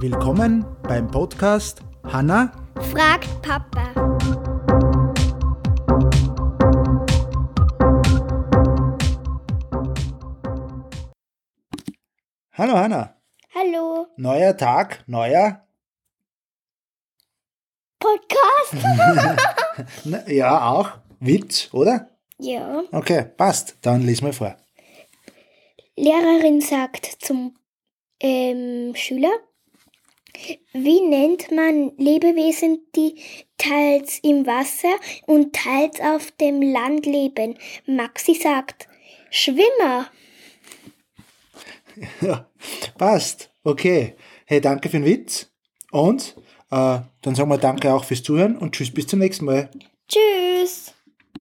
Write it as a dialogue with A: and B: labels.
A: Willkommen beim Podcast Hanna
B: Fragt Papa.
A: Hallo Hanna.
B: Hallo.
A: Neuer Tag, neuer.
B: Podcast?
A: Na, ne, ja, auch. Witz, oder?
B: ja.
A: Okay, passt. Dann lies mal vor.
B: Lehrerin sagt zum ähm, Schüler, wie nennt man Lebewesen, die teils im Wasser und teils auf dem Land leben? Maxi sagt, Schwimmer.
A: Ja, passt. Okay. Hey, danke für den Witz. Und äh, dann sagen wir danke auch fürs Zuhören und tschüss bis zum nächsten Mal.
B: Tschüss.